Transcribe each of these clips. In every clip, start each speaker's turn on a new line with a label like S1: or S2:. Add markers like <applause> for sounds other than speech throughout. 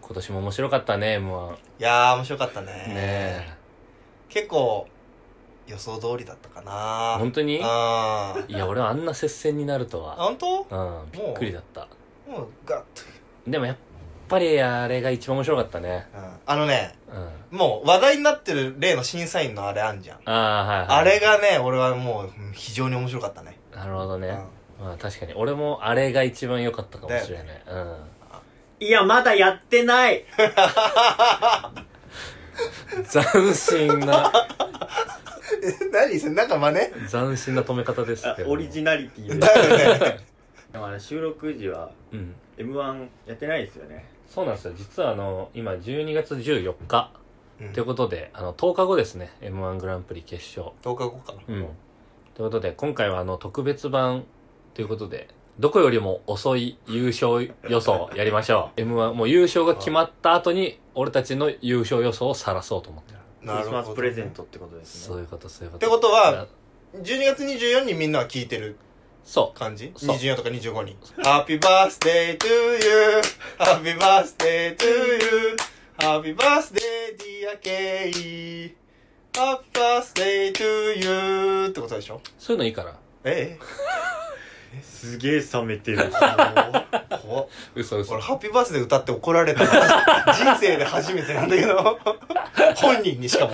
S1: 今年も面白かったね m
S2: いやー面白かったね
S1: 1ねえ
S2: 結構予想通りだったかな
S1: 本当に
S2: あー
S1: いや俺はあんな接戦になるとは
S2: あ本当
S1: うんびっくりだった
S2: もうガッと、
S1: でもやっぱりあれが一番面白かったね
S2: うん、あのね
S1: うんあ
S2: もう話題になってる例の審査員のあれあんじゃん
S1: あはい、はい、
S2: あれがね俺はもううん非常に面白かったね
S1: なるほどね、
S2: うん
S1: まあ確かに俺もあれが一番良かったかもしれない、
S3: いや、まだやってない
S1: うん斬新
S2: <laughs>
S1: な
S2: え何それなんか <laughs> 真似
S1: 斬新な止め方です
S3: あ
S1: けど
S3: オリジナリティで。
S2: だよ
S3: <laughs>
S2: ね
S3: でもあれ、収録時は
S1: うん、
S3: M1 やってないですよね。
S1: そうなんですよ実はあの今12月14日
S2: うん
S1: ということであの10日後ですね m 1グランプリ決勝
S2: 10日後か
S1: うんということで今回はあの特別版ということでどこよりも遅い優勝予想
S2: <laughs>
S1: やりましょう m 1もう優勝が決まった後に俺たちの優勝予想を晒そうと思ってる
S3: クリスマスプレゼントってことです
S1: そうい
S3: ね。
S1: うことそういうこと
S2: ってことは12月24にみんなは聞いてる
S1: そう
S2: 感じ
S1: そう
S2: ?24 とか25に。Happy birthday to you!Happy birthday to you!Happy birthday dear K.Happy birthday to you! ってことでしょ
S1: そういうのいいから
S2: え
S3: すげえ冷めてる。
S2: え怖っ
S1: 嘘嘘
S2: 俺、ハッピーバースデー歌って怒ら
S1: <laughs>
S2: れた。人生で初めてなんだけど。本人にしかも。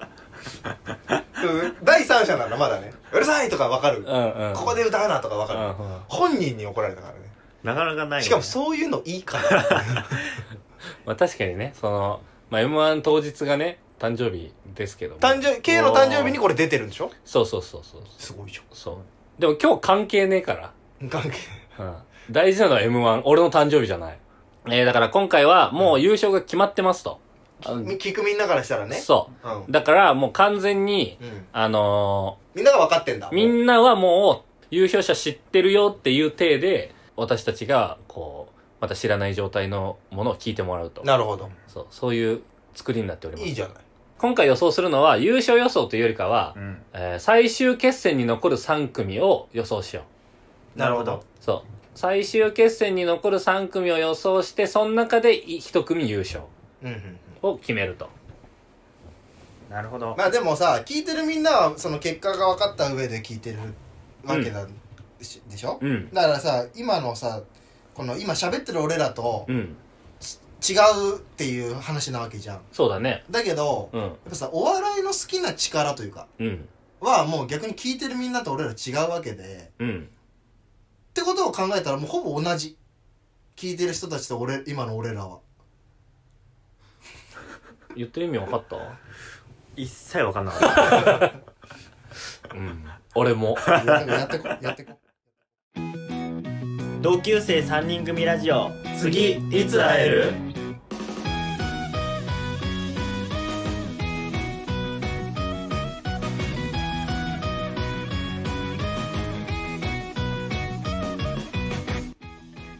S2: そう第三者なんだ、まだね。うるさいとかわかる。
S1: うんうん
S2: ここで歌うなとかわかる。
S1: うんうん
S2: 本人に怒られたからね。
S3: なかなかない。
S2: しかもそういうのいいから。
S1: まあ確かにねその、まあ、m 1当日がね誕生日ですけども
S2: 誕生日、K の誕生日にこれ出てるんでしょ
S1: そうそうそうそう
S2: すごいじゃ
S1: そうでも今日関係ねえから
S2: ん。関係
S1: うん大事なのは m 1俺の誕生日じゃないえー、だから今回はもう優勝が決まってますと、あの
S2: ない。聞くみんなからしたらね。。
S1: そう
S2: ん
S1: う。だからもう完全に
S2: うん。
S1: あの
S2: みんなが分かってんだ。
S1: ーみ
S2: な。
S1: んなはもう優勝者知ってるよっていう体で私たちがこうまた知らない状態のものを聞いてもらうと
S2: なるほど。
S1: そうそういう作りになっております
S2: いいじゃない。
S1: 今回予想するのは優勝予想というよりかは、
S3: うん。
S1: えー最終決戦に残る3組を予想しよ
S3: なるほど。
S1: うそう最終決戦に残る3組を予想してその中で1組優勝
S2: うんうんうん。
S1: を決めると
S3: なるほど。
S2: まあでもさ、聞いてるみんなはその結果が分かった上で聞いてるわけだ、しでしょ
S1: うん
S2: だからさ、今のさ、この今喋ってる俺らと
S1: うん
S2: 違うっていう話なわけじゃん。
S1: そうだね
S2: だけど、や
S1: うん
S2: っぱさ、お笑いの好きな力というか、
S1: うん
S2: はもう逆に聞いてるみんなと俺ら違うわけで、
S1: うん
S2: ってことを考えたらもうほぼ同じ聞いてる人たちと俺今の俺らは
S1: 言ってる意味分かった
S3: 一切わかんなかった。
S1: うん俺も
S2: やってこ <laughs> やってこ
S3: 同級生3人組ラジオ。次、いつ会える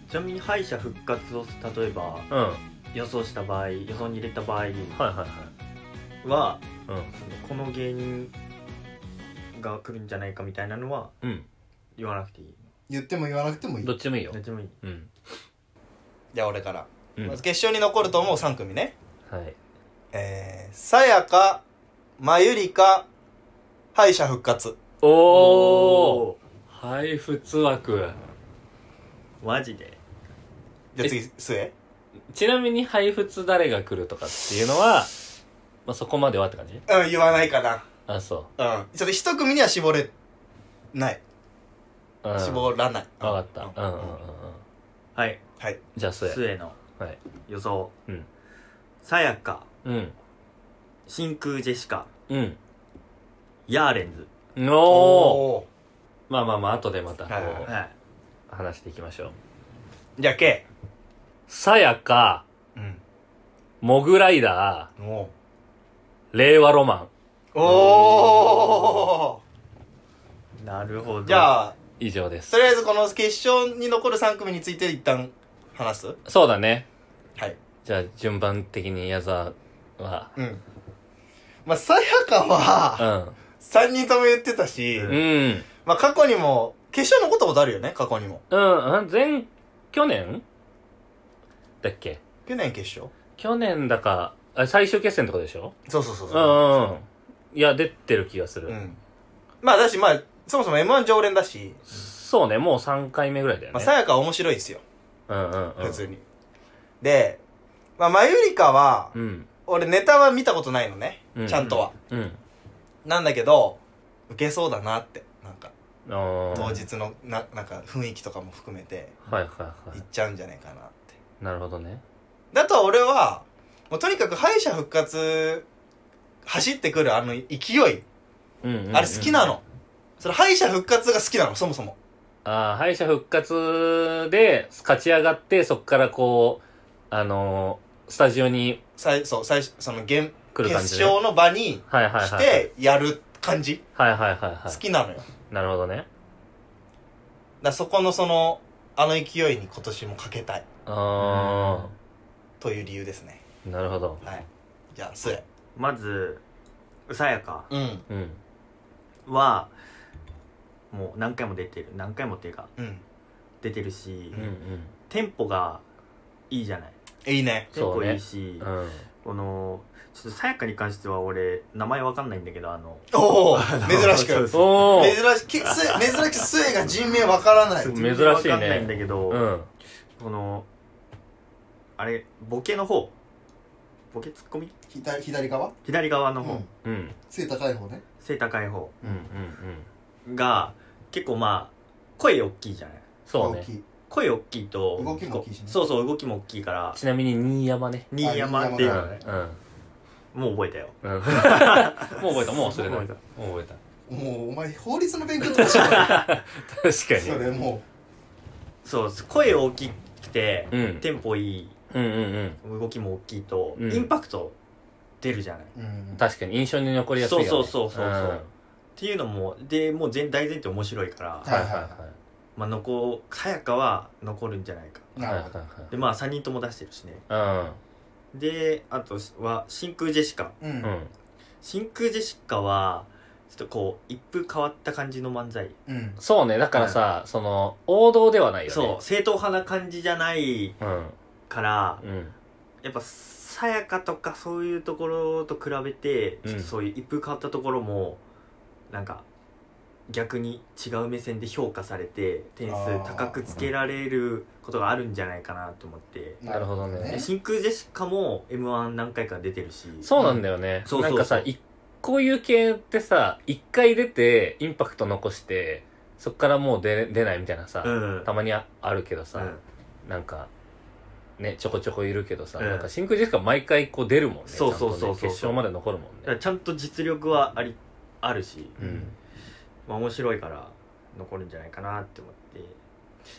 S3: ちなみに敗者復活を例えば
S1: うんはい
S3: 予想した場合予想に入れた場合
S1: はいはい
S3: は
S1: うん
S3: この芸人が来るんじゃないかみたいなのは
S1: う
S3: 言わなくていい
S2: 言っても言わなくてもい
S1: ん
S2: い
S1: どっちでもいいよ
S3: どっちもいい
S1: うん
S2: じゃあ俺から、
S1: うん
S2: まず決勝に残ると思う3組ね
S1: はい
S2: えー、さやかまゆりか敗者復活
S1: おお配布枠
S3: ーマジで
S2: じゃあ次末
S1: ちなみに配布誰が来るとかっていうのは、まあ、そこまではって感じ
S2: うん言わないかな
S1: あ、そ。
S2: うんちょっと一組には絞れないう
S1: うん。
S2: 絞らない
S1: わかった。うんうんうんうん。
S3: はい
S2: はい
S1: じゃあ、それ。
S3: 末の
S1: はい。
S3: 予想
S1: うん
S3: さやか
S1: うん。
S3: 真空ジェシカ
S1: う
S3: ヤーレンズ
S1: ん。
S2: お
S1: おー。まあまあまあ、後でまた、こ、
S2: はいはいう
S3: はい
S1: 話していきましょう。
S2: じゃあ K
S1: さやか、
S2: うん
S1: モグライダ
S2: お
S1: ー、令和ロマ
S2: おお
S3: なるほど
S2: ーじゃあ
S1: ン。以上です。
S2: とりあえずこの決勝に残る3組について一旦話す
S1: そうだね。
S2: はい
S1: じゃあ、順番的に矢沢は、
S2: うんまあさやか
S1: う
S2: は
S1: ん。
S2: 3人とも言ってたし、
S3: う
S1: うん。
S2: まあ過去にも決勝残ったことあるよね過去にも
S1: うん、前、去年だっけ
S2: 去年決勝
S1: 去年だか、あ最終決戦とかでしょ
S2: そうそうそう
S1: う
S2: そ
S1: んうんうん
S2: う。
S1: いや、出てる気がする。
S2: うん。まあだし、まあ、そもそも M1 常連だし、
S1: そうね、もう3回目ぐらいだよ
S2: まあ、
S1: ね。
S2: さやかは面白いですよ。
S1: うんうんうん。
S2: 普通に。で、まあ、まゆりかは、
S1: うん。
S2: 俺ネタは見たことないのね。
S1: うん
S2: ちゃんとは。
S1: うん。
S2: なんだけど、受けそうだなって。なんか、
S1: あー
S2: 当。日の、な、なんか雰囲気とかも含めて、
S1: はいはいはい
S2: っちゃうんじゃないかなって。
S1: い。なるほどね。
S2: だと俺は、もうとにかく敗者復活、走ってくるあの勢
S1: う
S2: い。
S1: んうんうん
S2: あれ好きなの。。それ敗者復活が好きなの、そもそも。
S1: ああ、敗者復活で勝ち上がって、そっからこう、あのースタジオに
S2: 最、そう、最初、その現、
S1: 来る感じ
S2: 決
S1: ね。
S2: 勝の場に
S1: はいはい
S2: 来
S1: はい。、
S2: てやる感じ、
S1: はいはいはいは
S2: 好きなのよ。だか
S1: い。なるほどね。
S2: らそこのその、あの勢いに今年もかけたい。
S1: あ
S2: という理由ですね。
S1: あ、なるほど。
S2: はい。じゃあ、スレ。
S3: まずさやか
S2: うん。
S1: うん。
S3: はもう何回も出てる何回もっていうか
S2: うん。
S3: 出てるし、
S1: うん
S3: テンポがいいじゃない
S2: いいね。
S3: テンポいい
S1: うん。
S3: し、
S1: うん。
S3: このちょっとさやかに関しては俺名前わかんないんだけどあの
S2: おお
S1: <laughs>
S2: 珍し
S3: そう
S2: く。
S3: そう
S1: おー
S2: 珍しく、スエ珍しくスエが人名わからない。
S1: す
S2: う
S1: ご
S2: ん。
S1: 珍しいね
S3: 全然わかんないんだけど、
S1: うん。
S3: このあれボケの方ボケツッコミ
S2: 左、左側
S3: 左側の方、
S2: う
S1: う
S2: ん
S1: ん。
S2: 背高い方ね。
S3: 背高い方
S1: うんうんうん。
S3: が結構まあ声大きいじゃない
S1: そうね
S2: 大。きい。
S3: 声大きいと
S2: 動きも大きいしね
S3: そうそう動きも大きいから
S1: ちなみに新山ね。
S3: 新山っていううん
S2: あ
S1: う
S3: の
S1: ん
S3: ね。もう覚えたよ
S1: うんもう
S2: <laughs>
S1: 覚えた、もう忘れない。もう
S3: もう
S1: 覚
S3: 覚
S1: えた。
S2: もう、お前、法律の勉強とかしようよ
S1: 確
S2: そ
S1: か
S2: れも
S3: そう声大きくて、
S1: に。うん。
S3: テンポいい
S1: うんうん
S3: 動きも大きいと、
S1: うん
S3: インパクト出るじゃないっ
S2: う。う
S1: うんん。。確かに印象に残りやすいよね。
S3: そうそうそうそうそうんていうのもでもう全大前提面白いから、
S2: はい
S1: はいはいはい。
S3: まあ残さやかは残るんじゃないか
S1: はい
S2: な
S1: は
S2: る
S1: い
S2: ほど。
S3: で
S1: は
S3: まあ3人とも出してるしね
S1: い。
S3: であとは真空ジェシカ
S2: うん。
S1: うん。うん。
S3: 真空ジェシカはちょっとこう一風変わった感じの漫才、
S2: うん。
S1: そうね、だからさ、その、王道ではないよね。。
S3: そう正統派な感じじゃないう
S1: うん。
S3: から
S1: うん。
S3: やっぱさやかとかそういうところと比べて、
S1: うん
S3: ちょっとそういう一風変わったところもなんか逆に違う目線で評価されて点数高くつけられることがあるんじゃないかなと思って、
S1: なるほどね
S3: で真空ジェシカも m 1何回か出てるし
S1: そうなんだよね。
S3: そうそう
S1: な
S3: そう
S1: かさ、
S3: ん
S1: 一こういう系ってさ、一回出て、インパクト残して、そっからもう出出ないみたいなさ、
S3: うん
S1: たまにああるけどさ、
S3: うん
S1: なんか、ね、ちょこちょこいるけどさ、
S3: うん
S1: なんか真空ジェシカ毎回こう出るもんね。
S3: そうそ
S1: ちゃん
S3: う
S1: とね
S3: そうそう
S1: 決勝まで残るも
S3: だ
S1: ん
S3: から
S1: ね。
S3: ちゃんと実力はありあるし、
S1: うん。
S3: まあ、面白いから残るんじゃないかなって思っ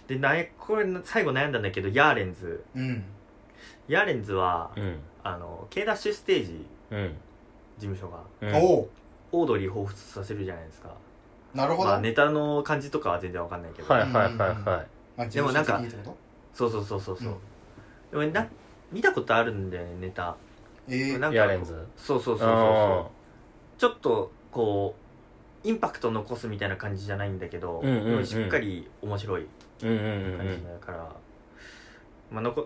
S3: てでなえこれ最後悩んだんだけどヤーレンズ
S2: うん。
S3: ヤーレンズは、
S1: うん。
S3: あの K ダッシュステージ
S1: うん。
S3: 事務所が
S1: うん、
S2: おお
S3: オードリーを彷彿させるじゃないですか、
S2: なるほど。
S3: まあ、ネタの感じとかは全然わかんないけど、
S1: はいはいはいはい。
S2: まあ
S3: でもなんか
S2: 人生的にってこと
S3: そうそうそうそうそう、でもな見たことあるんだよねネタ
S2: ええ
S3: なんか
S1: ヤーレンズ
S3: そうそうそうそう
S1: あ
S3: そうちょっとこうインパクト残すみたいな感じじゃないんだけど、
S1: うんうんうん
S3: でもしっかり面白い
S1: ーうんうんうん
S3: 感じだから、まあ残っ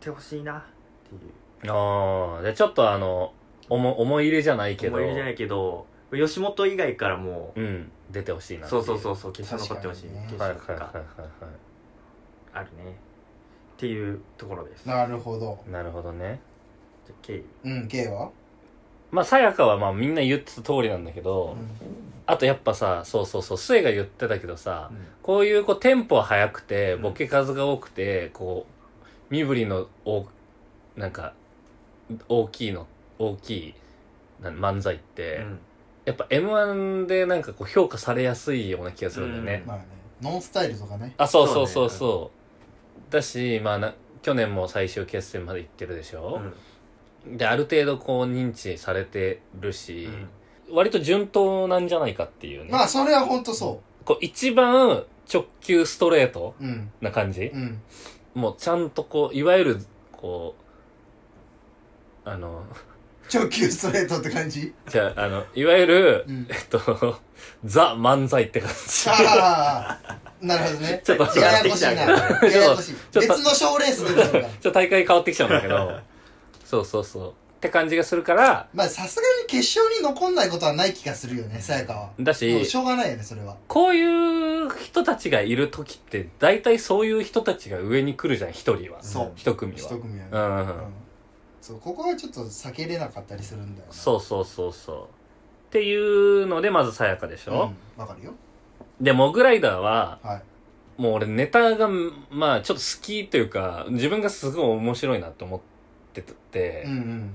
S3: てほしいなっていう
S1: うん。ああ、で、ちょっとあの、思思い入れじゃないけど、
S3: 思い入れじゃないけど吉本以外からも
S1: うん、出てほしいなってい
S3: そうそう
S1: う。
S3: そうそう決勝残ってほしい、
S2: 確かにね
S3: 決
S1: はいは
S3: 勝
S1: い
S3: と
S1: はいは
S3: か
S1: いは
S3: あるねっていうところです
S2: なるほど。
S1: い。なるほどね。
S3: じゃあ経由
S2: うん、K は
S1: まあ、さやかはまあみんな言ってた通りなんだけど、あとやっぱさ、そうそうそう、スエが言ってたけどさ、こういうこうテンポは速くて、ボケ数が多くて、こう、身振りの大、なんか、大きいの、大きい、なん漫才って、
S3: うん
S1: やっぱ M1 でなんかこう評価されやすいような気がするんだよね。
S3: うん
S2: まあね、ノンスタイルとかね。
S1: あ、そうそうそうそう。だし、まあな、去年も最終決戦まで行ってるでしょ、で、ある程度こう認知されてるし、割と順当なんじゃないかっていうね。
S2: まあ、それはほんとそ
S1: こう一番直球ストレート
S2: う。うん。
S1: な感じ、
S2: うん。
S1: もうちゃんとこう、いわゆる、こう、あの、
S2: 直球ストレートって感じ
S1: じゃあ、あの、いわゆる、
S2: うん
S1: えっと、 <laughs> ザ漫才って感じ。
S2: <laughs> ああなるほどね
S3: ちょっと
S2: ややこしいな
S3: ちょっ
S1: と
S2: ややこしい
S1: ちょっ
S2: 別
S1: と
S2: の賞レースで出てるから
S1: ちょっと大会変わってきちゃうんだけ
S2: <laughs>
S1: ど、そうそうそう。って感じがするから、
S2: まあさすがに決勝に残んないことはない気がするよねさやかは
S1: だ
S2: もう
S1: し
S2: し、ょうがないよねそれは
S1: こういう人たちがいる時って、大体そういう人たちが上に来るじゃん、一人は。
S2: そう
S1: 一組
S2: 一
S1: は。
S2: 組やね
S1: うんうんう。
S2: うんんそうここはちょっと避けれなかったりするんだよな
S1: そうそうそうそう。っていうので、まずさやかでし
S2: う
S1: ょ、
S2: んわかるよ
S1: で、モグライダーは、
S2: はい
S1: もう俺ネタが、まあちょっと好きというか、自分がすごい面白いなと思ってて、
S2: うんうん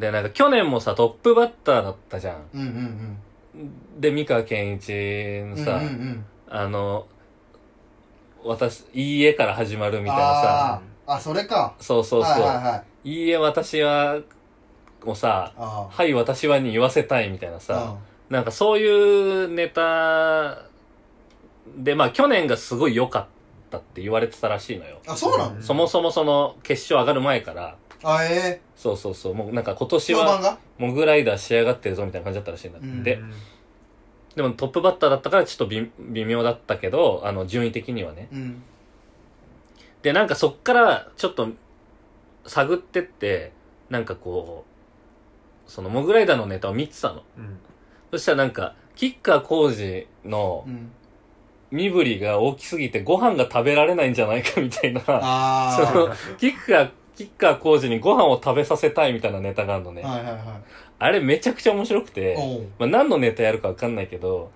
S1: で、なんか去年もさ、トップバッターだったじゃん。
S2: うんうんうん
S1: で、三河健一のさ、
S2: うんうん
S1: あの、私、いいえから始まる
S2: うん
S1: みたいなさ、
S2: あーあそれか
S1: そうそうそう、
S2: はい
S1: い
S2: はいはい
S1: い、え私は、をさ、
S2: あー
S1: はい私はに言わせたいみたいなさ、なんかそういうネタで、まあ去年がすごい良かったって言われてたらしいのよ。
S2: うんあそうなの
S1: そもそもその決勝上がる前から、
S2: あえ
S1: そうそうそう、もうなんか今年
S2: え評判
S1: は
S2: が
S1: モグライダー仕上がってるぞみたいな感じだったらしいんだって。
S2: うん
S1: で
S3: うん
S1: でもトップバッターだったからちょっとび微妙だったけど、あの、順位的にはね。
S2: うん
S1: で、なんかそっからちょっと探ってって、なんかこう、そのモグライダーのネタを見てたの。
S3: うん
S1: そしたらなんか、キッカー工事の
S2: うん
S1: 身振りが大きすぎてご飯が食べられないんじゃないかみたいな、
S2: あ
S1: その
S2: あ
S1: キッカー、キッカー工事にご飯を食べさせたいみたいなネタがあるのね。
S2: はいはいはい
S1: あれめちゃくちゃ面白くて、
S2: おう
S1: まあ、何のネタやるかわかんないけど、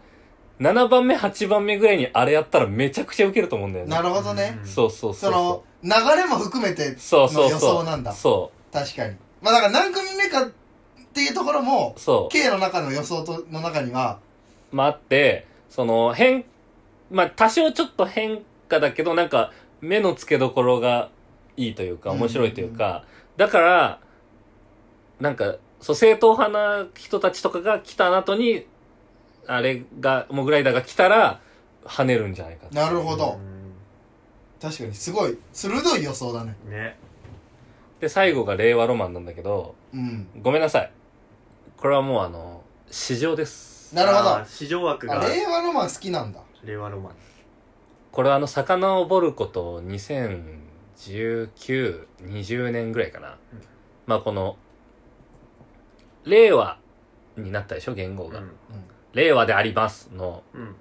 S1: 7番目、8番目ぐらいにあれやったらめちゃくちゃウケると思うんだよね。
S2: なるほどね
S3: うん
S1: そうそうそ。
S2: そうの流れも含めて
S1: そうそうそう。
S2: の予想なんだ
S1: そ
S2: 確かにまあだから何組目かっていうところも
S1: う。そ
S2: K の中の予想との中には
S1: う。まああって、その、変、まあ多少ちょっと変化だけど、なんか、目の付けどころがいいというか、面白いというか、だから、なんか、そう、正統派な人たちとかが来た後に、あれが、モグライダーが来たら、跳ねるんじゃないかっていう
S2: なるほど
S3: う
S2: 確かにすごい鋭い予想だね
S3: んね
S1: で、最後が令和ロマンなんだけど、
S2: うん
S1: ごめんなさい。これはもうあの、市場です。
S2: なるほど
S3: あー市場枠
S2: あ
S3: が
S2: 令和ロマン好きなんだ
S3: 令和ロマン
S1: これはあの、魚をボること2019、20年ぐらいかな。
S3: うん
S1: まあこの、令和になったでしょ、言語が。令和でありますの、
S3: うんうん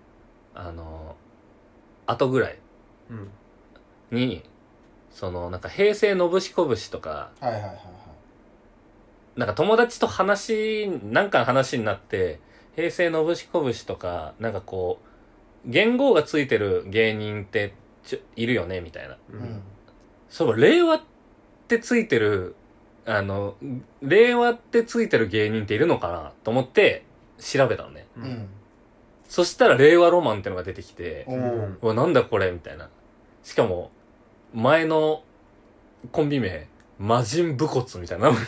S1: あの、後ぐらい
S3: うん
S1: に、その、なんか平成のぶしこぶしとか、
S2: はいはいはいはい
S1: なんか友達と話、なんかの話になって、平成のぶしこぶしとか、なんかこう、言語がついてる芸人ってちょいるよね、みたいな。
S3: う
S2: うんん
S1: そう、令和ってついてる、あの、令和ってついてる芸人っているのかなと思って調べたのね。
S3: う
S2: うんん
S1: そしたら令和ロマンってのが出てきて
S2: お、お
S1: うわ、なんだこれみたいな。しかも、前のコンビ名、魔人武骨みたいな。 <laughs>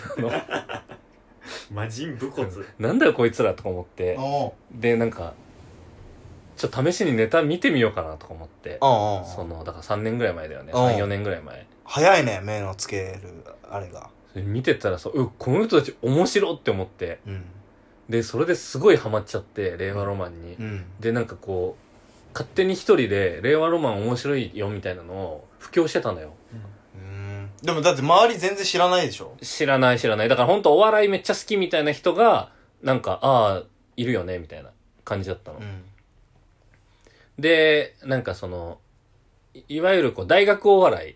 S3: 魔人武骨
S1: なんだよこいつらとか思って。
S2: お
S1: でなんかちょっと試しにネタ見てみようかなとか思って
S2: お
S1: そのだから3年ぐらい前だよね
S2: うん
S1: 34年ぐらい前
S2: 早いね目のつけるあれが
S1: それ見てたらさうこの人たち面白って思って
S2: うん
S1: でそれですごいハマっちゃって令和ロマンに、
S2: うん
S1: でなんかこう勝手に一人で令和ロマン面白いよみたいなのを布教してたのよ
S2: うんでもだって周り全然知らないでしょ
S1: 知らない知らないだから本当お笑いめっちゃ好きみたいな人がなんかああいるよねみたいな感じだったの、
S2: ん
S1: で、なんかその、いいわゆるこう、大学お笑い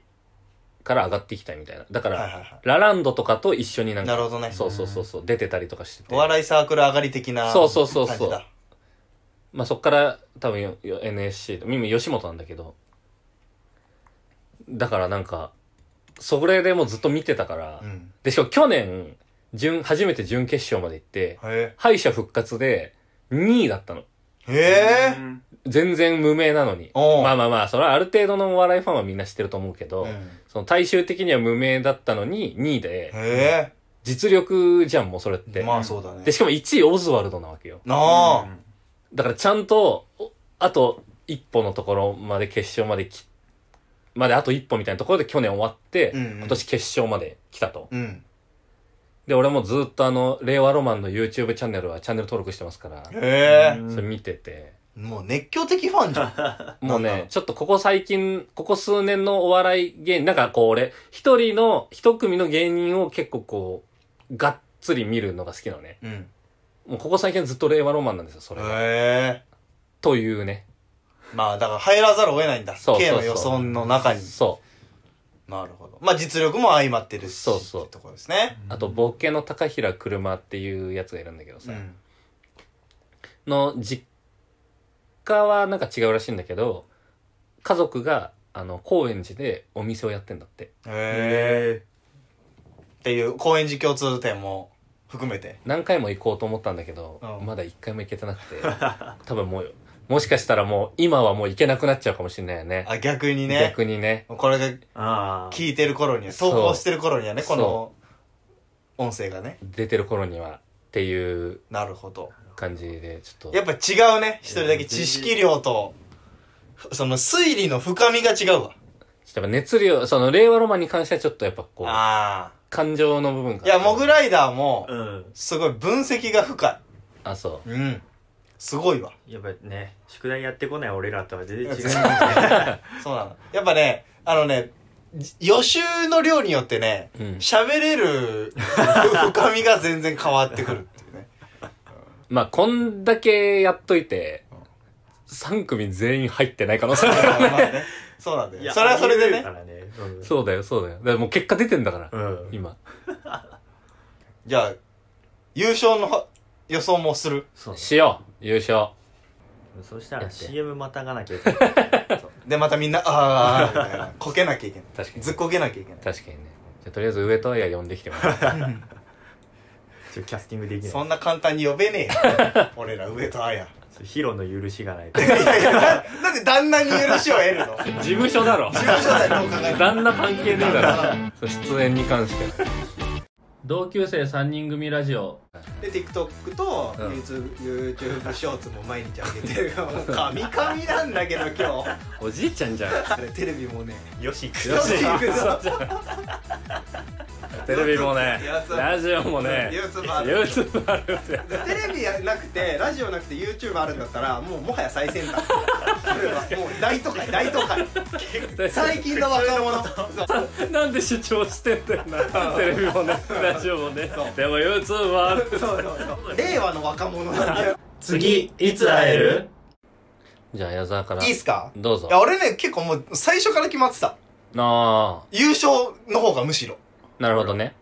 S1: から上がってきたみたいな。だから、
S2: いは
S1: ラランドとかと一緒になんか、
S2: ほどね
S1: そうそうそうそう、出てたりとかしてて。
S2: いサークル上がり的な
S1: そうそうそうそう
S2: 感じだ
S1: まあそっから多分よよ NSC と、今吉本なんだけど。だからなんか、それでもうずっと見てたから、
S2: ん
S1: で、しかも去年、準、初めて準決勝まで行って、
S2: へ
S1: 敗者復活で2位だったの。
S2: えへえ
S3: うん
S1: 全然無名なのに。
S2: おう
S1: まあまあまあ、それはある程度のお笑いファンはみんな知ってると思うけど、
S2: うん
S1: その大衆的には無名だったのに2位で、
S2: へ
S1: 実力じゃん、もうそれっ
S2: え
S1: て。
S2: まあそうだね
S1: で、しかも1位オズワルドなわけよ。
S2: なあ
S1: だからちゃんと、おあと一歩のところまで決勝までき、まであと一歩みたいなところで去年終わって、
S2: うんうん
S1: 今年決勝まで来たと。
S2: うん
S1: で、俺もずっとあの、令和ロマンの YouTube チャンネルはチャンネル登録してますから、
S2: へえ
S3: うん
S1: それ見てて、
S2: もう熱狂的ファンじゃん。
S1: もう
S2: なんなの
S1: ね、ちょっとここ最近、ここ数年のお笑い芸人、なんかこう俺、一人の、一組の芸人を結構こう、がっつり見るのが好きなのね。
S2: うん。
S1: もうここ最近ずっと令和ロマンなんですよ、それが。
S2: へえ
S1: というね。
S2: まあだから入らざるを得ないんだ。
S1: そうそうそう
S2: K の予想の中に。
S1: そう。
S2: なるほど。まあ実力も相まってるし。
S1: そうそう
S2: ってところですね。
S1: あと、ボケの高平車っていうやつがいるんだけどさ、
S2: うん
S1: の実家はなんか違うらしいんだけど、家族が、あの、高円寺でお店をやってんだって。
S2: へえ
S3: え
S2: っていう公演時共通点も含めて。
S1: 何回も行こうと思ったんだけど、
S2: うん
S1: まだ一回も行けてなく
S2: <laughs>
S1: て、多分もう、もしかしたらもう、今はもう行けなくなっちゃうかもしれないよね。
S2: あ、逆にね。
S1: 逆にね。
S2: これが
S3: ああ
S2: 聞いてる頃には、
S1: そう
S2: 投稿してる頃にはね、この
S1: そ
S2: 音声がね。
S1: 出てる頃には、っていう
S2: なるほど。
S1: 感じで、ちょっと。
S2: やっぱ違うね。一人だけ知識量と、その推理の深みが違うわ。
S1: ちょっとやっぱ熱量、その令和ロマンに関してはちょっとやっぱこう、
S2: あ
S1: 感情の部分
S2: あ。
S1: が。
S2: いや、モグライダーも
S3: う、ん
S2: すごい分析が深
S1: あ、そ
S2: い。うん。すごいわ。
S3: やっぱね宿題やってこない俺らとは全然違う
S2: そうなの。やっぱね、あのね、じ予習の量によってね、
S1: う。うん。
S2: 喋れる深みが全然変わってくるっ
S1: <laughs>
S2: ていうね。
S1: まあ、こんだけやっといて、3組全員入ってない可能性あるからね。
S2: まあねそうなんだよ。それはそれでね
S3: か。らねう
S1: <laughs>
S3: ん
S1: そうだよ、そうだよ。だからもう結果出てんだから、
S3: うん
S1: 今。
S2: じゃあ、優勝の予想もする。
S3: そう
S1: しよう、優勝。
S3: そうした
S1: や
S3: ら
S1: って
S3: CM またがなきゃいけない
S2: <laughs> で、またみんな、あーあー、みたいな。こけなきゃいけない。
S1: 確かに。
S2: ずっこけなきゃいけない。
S1: 確かにね。じゃあ、とりあえず上戸彩呼んできてもらう。
S3: ちょキャスティングできない
S2: そんな簡単に呼べねえ <laughs> よ。俺ら上と綾。
S3: そうヒロの許しが
S2: <laughs>
S3: ないと
S2: いやいや、ななんで旦那に許しを得る <laughs> の
S1: 事務所だろ。
S2: 事務所だよどう考えても
S1: <laughs> 旦那関係ねえだろ。 <laughs> そう出演に関しては。同級生3人組ラジオ。
S2: で TikTok と
S1: うん
S2: YouTube, YouTube ショーツも毎日上げ <laughs> てるもう神々なんだけど今日
S1: おじいちゃんじゃん。
S2: あれテレビもね
S3: よし行く
S2: よし行くぞ
S1: <laughs> テレビもね
S2: やつ、
S1: ラジオもね、
S2: YouTube ある
S1: YouTube あるって。
S2: テレビやなくてラジオなくて YouTube あるんだったらもうもはや最先 <laughs> 端それはもう大都会大都会最近の若者そう
S1: <laughs> なんで主張してんだよな <laughs> テレビもねラジオもねでも YouTube は
S2: そうそうそう令和の若者なんだよ
S3: 次いつ会える
S1: じゃあ矢沢から
S2: いいっすか
S1: どうぞ
S2: いや俺ね結構もう最初から決まってた
S1: あ
S2: 優勝の方がむしろ
S1: あなるほどね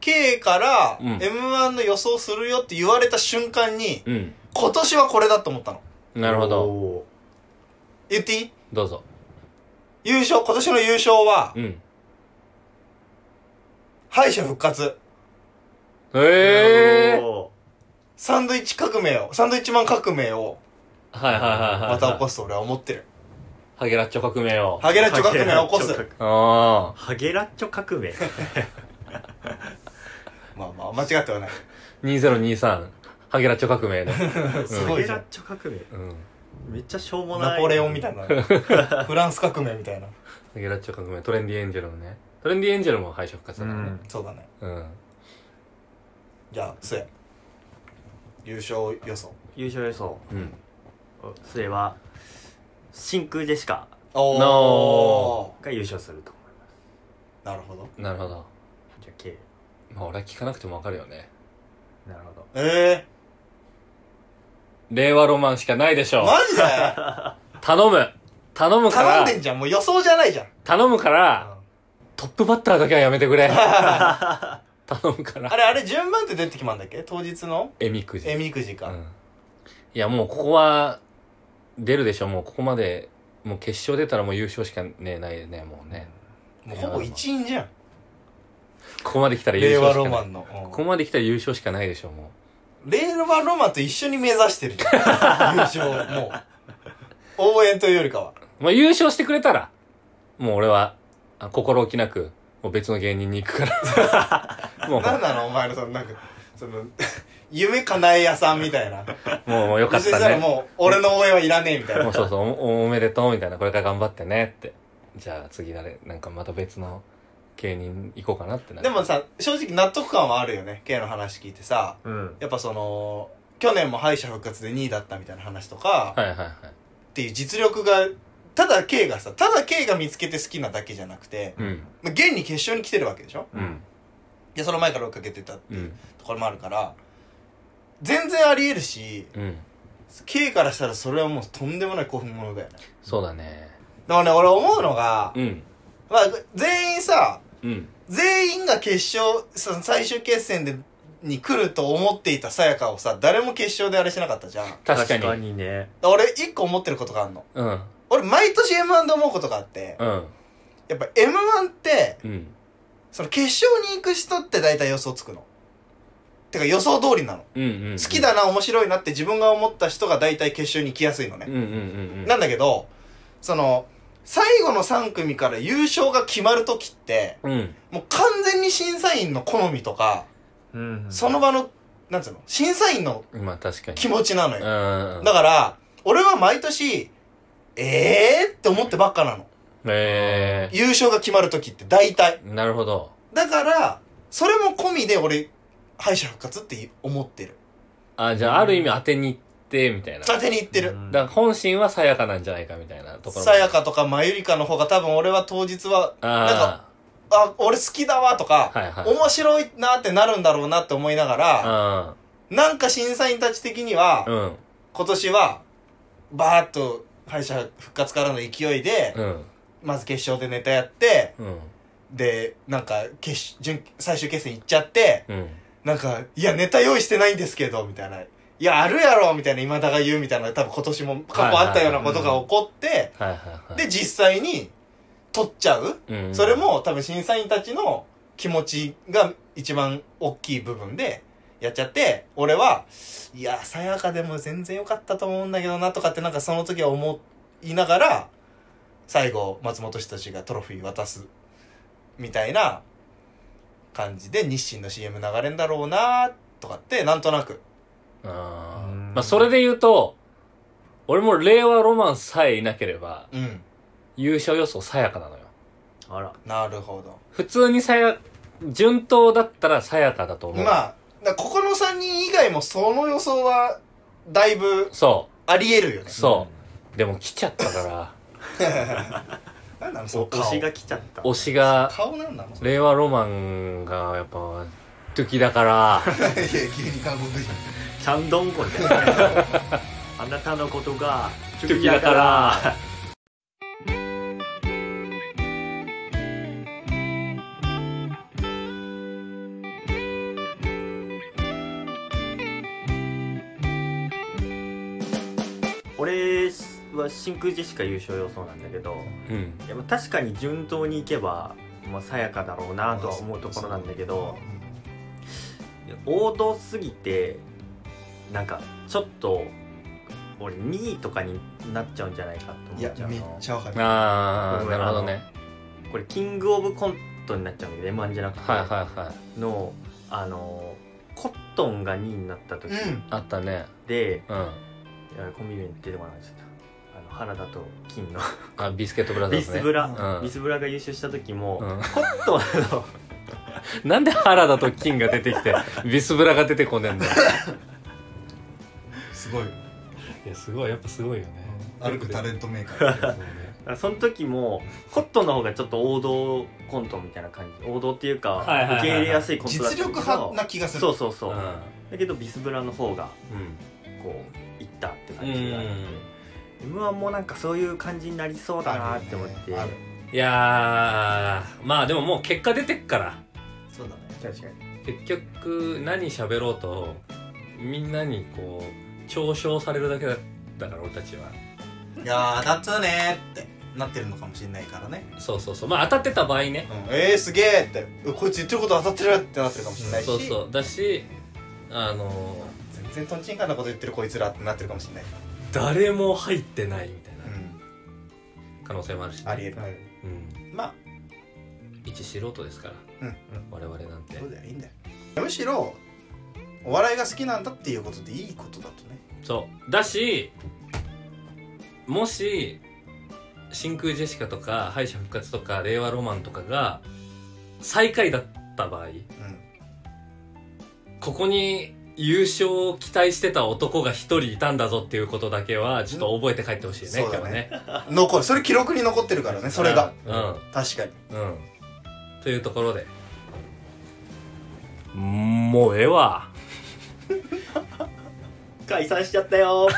S2: K から
S1: うん
S2: M1 の予想するよって言われた瞬間に、
S1: うん
S2: 今年はこれだと思ったの。
S1: なるほど
S3: ど
S2: 言っていい
S1: どうぞ
S2: 優勝、今年の優勝は、
S1: うん
S2: 敗者復活、
S1: ええ
S2: サンドイッチ革命を、サンドイッチマン革命を、
S1: はいはいはいはい
S2: また起こ
S1: す
S2: すと俺は思ってる。
S1: ハゲラッチョ革命を
S2: ハゲラッチョ革命を起こす。
S1: ああ
S3: ハゲラッチョ革命
S2: まあまあ、間違ってはない。
S1: 2023ハゲラッチョ革 <laughs> 命ね
S2: <laughs> す
S3: ハ
S2: ごい
S3: ゲ
S2: じゃ
S3: ラ
S2: ん
S3: ッ。チョ革命
S1: うん
S3: めっちゃしょうもない
S2: ナポレオンみたいな。フランス革命みたいな。
S1: ハゲラッチョ革命トレンディエンジェルもねトレンディエンジェルも敗者復活
S3: う
S1: だから
S3: ん
S1: ね
S2: そうだね。
S1: うん
S2: じゃあ、スエ。優勝予想。
S3: 優勝予想
S1: うん
S3: それは真空ジェシカ
S1: お
S3: が優勝すると思いま
S2: なるほど。
S1: なるほど
S3: すじゃあ K
S1: まあ俺は聞かなくてもわかるよね
S3: なるほど
S2: え
S1: 令和ロマンしかないでし
S2: え
S1: ょう
S2: マジで
S1: 頼む頼むか
S2: 頼
S1: ら
S2: んでんじゃん。もう予想じゃないじゃん。
S1: 頼むから、
S2: うん
S1: トップバッターだけはやめてく
S2: <laughs>
S1: れ頼むか
S2: あ
S1: ら
S2: れ、あれ、順番って出てきまんだっけ当日の
S1: えみくじ
S2: えみくじか。
S1: うんいやもうここは出るでしょもうここまでもう決勝出たらもう優勝しかねないねもうね
S2: もうほぼ一員じゃん。
S1: ここまで来たら優
S2: 令和
S1: 勝し
S2: ロ
S1: かな
S2: マ
S1: い
S2: ンの。
S1: ここまで来たら優勝しかないでしょも
S2: うん令和ロマンと一緒に目指してるじ
S1: <laughs>
S2: ゃん。優勝、もう。応援というよりかは。
S1: うまあ優勝してくれたらもう俺はあ心置きなくもう別の芸人に行くから
S2: <laughs>
S1: も
S2: なんなのお前のその、なんか、その、夢叶え屋さんみたいな。
S1: うもうもうよかっ
S2: そした
S1: た
S2: ら
S1: ね
S2: もう、俺の応援はいらねえみたい
S1: <laughs> も
S2: な
S1: う。そうそう、おおめでとうみたいな、これから頑張ってねって。じゃあ次誰、なんかまた別の芸人行こうかなってな
S2: でもさ正直納得感はあるよね K の話聞いてさ
S3: うん
S2: やっぱその去年も敗者復活で2位だったみたいな話とか、
S1: はいはいはい
S2: っていう実力がただ K がさただ K が見つけて好きなだけじゃなくて
S1: うん
S2: まあ現に決勝に来てるわけでしょ
S1: うん
S2: でその前から追っかけてたって
S1: う
S2: いうんところもあるから全然ありえるし
S1: うん
S2: K からしたらそれはもうとんでもない興奮ものだよね
S1: そうだね
S2: だからね俺思うのが、
S1: うん
S2: まあ、全員さ
S1: うん
S2: 全員が決勝その最終決戦でに来ると思っていたさやかをさ誰も決勝であれしなかったじゃんだか
S1: 確かに
S3: ね
S2: ら俺一個思ってることがあるの
S1: うん
S2: 俺毎年 M1 で思うことがあって
S1: うん
S2: やっぱ M1 って
S1: うん
S2: その決勝に行く人って大体予想つくの。てか予想通りなの。
S1: うんうん
S2: 好きだな、面白いなって自分が思った人が大体決勝に行きやすいの
S1: う
S2: ね
S1: ん。うんうんうん
S2: なんだけど、その、最後の3組から優勝が決まる時って、
S1: うん
S2: もう完全に審査員の好みとか、
S3: うん
S2: その場の、なんつうの、審査員の
S1: まあ確かに
S2: 気持ちなの
S1: う
S2: よ。
S1: ん
S2: だから、俺は毎年、えーって思ってばっかなの。
S1: え
S2: 優勝が決まる時って大体。
S1: ーなるほど
S2: だから、それも込みで俺、敗者復活って思ってる。
S1: あじゃあある意味当てに行ってみたいなだ
S2: 当てにいってる。
S1: から本心はさやかなんじゃないかみたいなところも
S2: さやかとかまゆりかの方が多分俺は当日は、
S1: あ
S2: あ、俺好きだわと
S1: あ
S2: か、
S1: はいはい
S2: 面白いなってなるんだろうなって思いながら、なんか審査員たち的には、
S1: うんうん
S2: 今年は、バーっと敗者復活からの勢いで、
S1: うん
S2: まず決勝でネタやって、
S1: うん
S2: で、なんか決勝、準最終決戦行っちゃって、
S1: うん
S2: なんか、いや、ネタ用意してないんですけど、みたいな。いや、あるやろみたいな、今田が言うみたいな、多分今年も過去あったようなことが起こって、
S1: はいはいはい
S2: で、実際に、取っちゃう、
S1: うん
S2: それも、多分審査員たちの気持ちが一番大きい部分で、やっちゃって、俺は、いや、さやかでも全然良かったと思うんだけどな、とかってなんかその時は思いながら、最後、松本人志がトロフィー渡す、みたいな感じで日清の CM 流れんだろうな、とかって、なんとなく。
S1: あー
S3: うん
S1: まあそれで言うと俺も令和ロマンさえいなければ
S2: うん。
S1: 優勝予想さやかなのよ
S3: あら
S2: なるほど。
S1: 普通にさや順当だったらさやかだと思う、
S2: まあ、だからここの3人以外もその予想は、だいぶ
S1: そ
S2: あり得るよね。
S1: そうんでも来ちゃったから
S2: なんなの
S3: お
S2: その顔
S3: 推しが来ちゃった
S1: 推しが
S2: 顔なんなのそれ
S1: 令和ロマンがやっぱ時だから
S3: <laughs>
S2: いや急に韓国人
S3: ちゃんどんこみたいなあなたのことが
S1: 時だから
S3: 俺は真空ジェシカ優勝予想なんだけど
S1: うん
S3: でも確かに順当にいけばまあさやかだろうなとは思うところなんだけど王道すぎてなんかちょっと俺2位とかになっちゃうんじゃない
S2: い
S3: かと思
S2: や
S3: っちゃう
S2: めっ
S3: の
S2: ちゃわかる
S1: ああなるほどね
S3: これキングオブコントになっちゃうんだけど M−1 じゃなくて、
S1: はいはいはい
S3: のあのコットンが2位になった時
S2: うん
S1: あったね
S3: で、
S1: うん
S3: いやコンビニに出てこなくなっちゃったあの原田と金の
S1: あビスケットブラザー
S3: ビ
S1: ズね
S3: スブラ、
S1: うん
S3: ビスブラが優勝した時も、
S1: うん
S3: コットンの
S1: なんで原田と金が出てきて、ビスブラが出てこねえんだよ。
S2: すごい
S1: いや、すごい、やっぱすごいよね
S2: 歩くタレントメーカー
S3: その時もコットンの方がちょっと王道コントみたいな感じ王道っていうか、
S1: はいはいはいはい
S3: 受け入れやすいコントだった
S2: 実
S3: けど
S2: 力派な気がする
S3: そうそうそう、
S1: うん。
S3: だけどビスブラの方がこういったって感じがある
S1: うん
S3: m 1もなんかそういう感じになりそうだなって思って、
S2: ある
S1: いやー、まあでももう結果出てっから、
S2: そうだね
S3: 確かに
S1: 結局何喋ろうと、みんなにこう、嘲笑されるだけだだから、俺たちは。
S2: いやーだったねーってなってるのかもしれないからね
S1: そうそうそう。まあ当たってた場合ね。
S2: うんえーすげえってうこいつ言ってること当たってるってなってるかもしれないし
S1: そうそう。だし、あの
S2: 全然とんちんかんなこと言ってるこいつらってなってるかもしれない
S1: ー、誰も入ってないみたいな
S2: うん
S1: 可能性もあるし、
S2: ありえる
S1: うん。
S2: まあ
S1: 一素人ですから、
S2: うん
S1: 我々なんて
S2: そうだよいいんだよむしろお笑いが好きなんだっていうことでいいことだとね
S1: そうだしもし真空ジェシカとか敗者復活とか令和ロマンとかが最下位だった場合、ここに優勝を期待してた男が一人いたんだぞっていうことだけは、ちょっと覚えて帰ってほしいね、
S2: うん
S1: 今日ね。
S2: うん残るそれ記録に残ってるからねそれが
S1: うん。
S2: 確かに
S1: うん。というところで。もうええわ。
S3: 解散しちゃったよ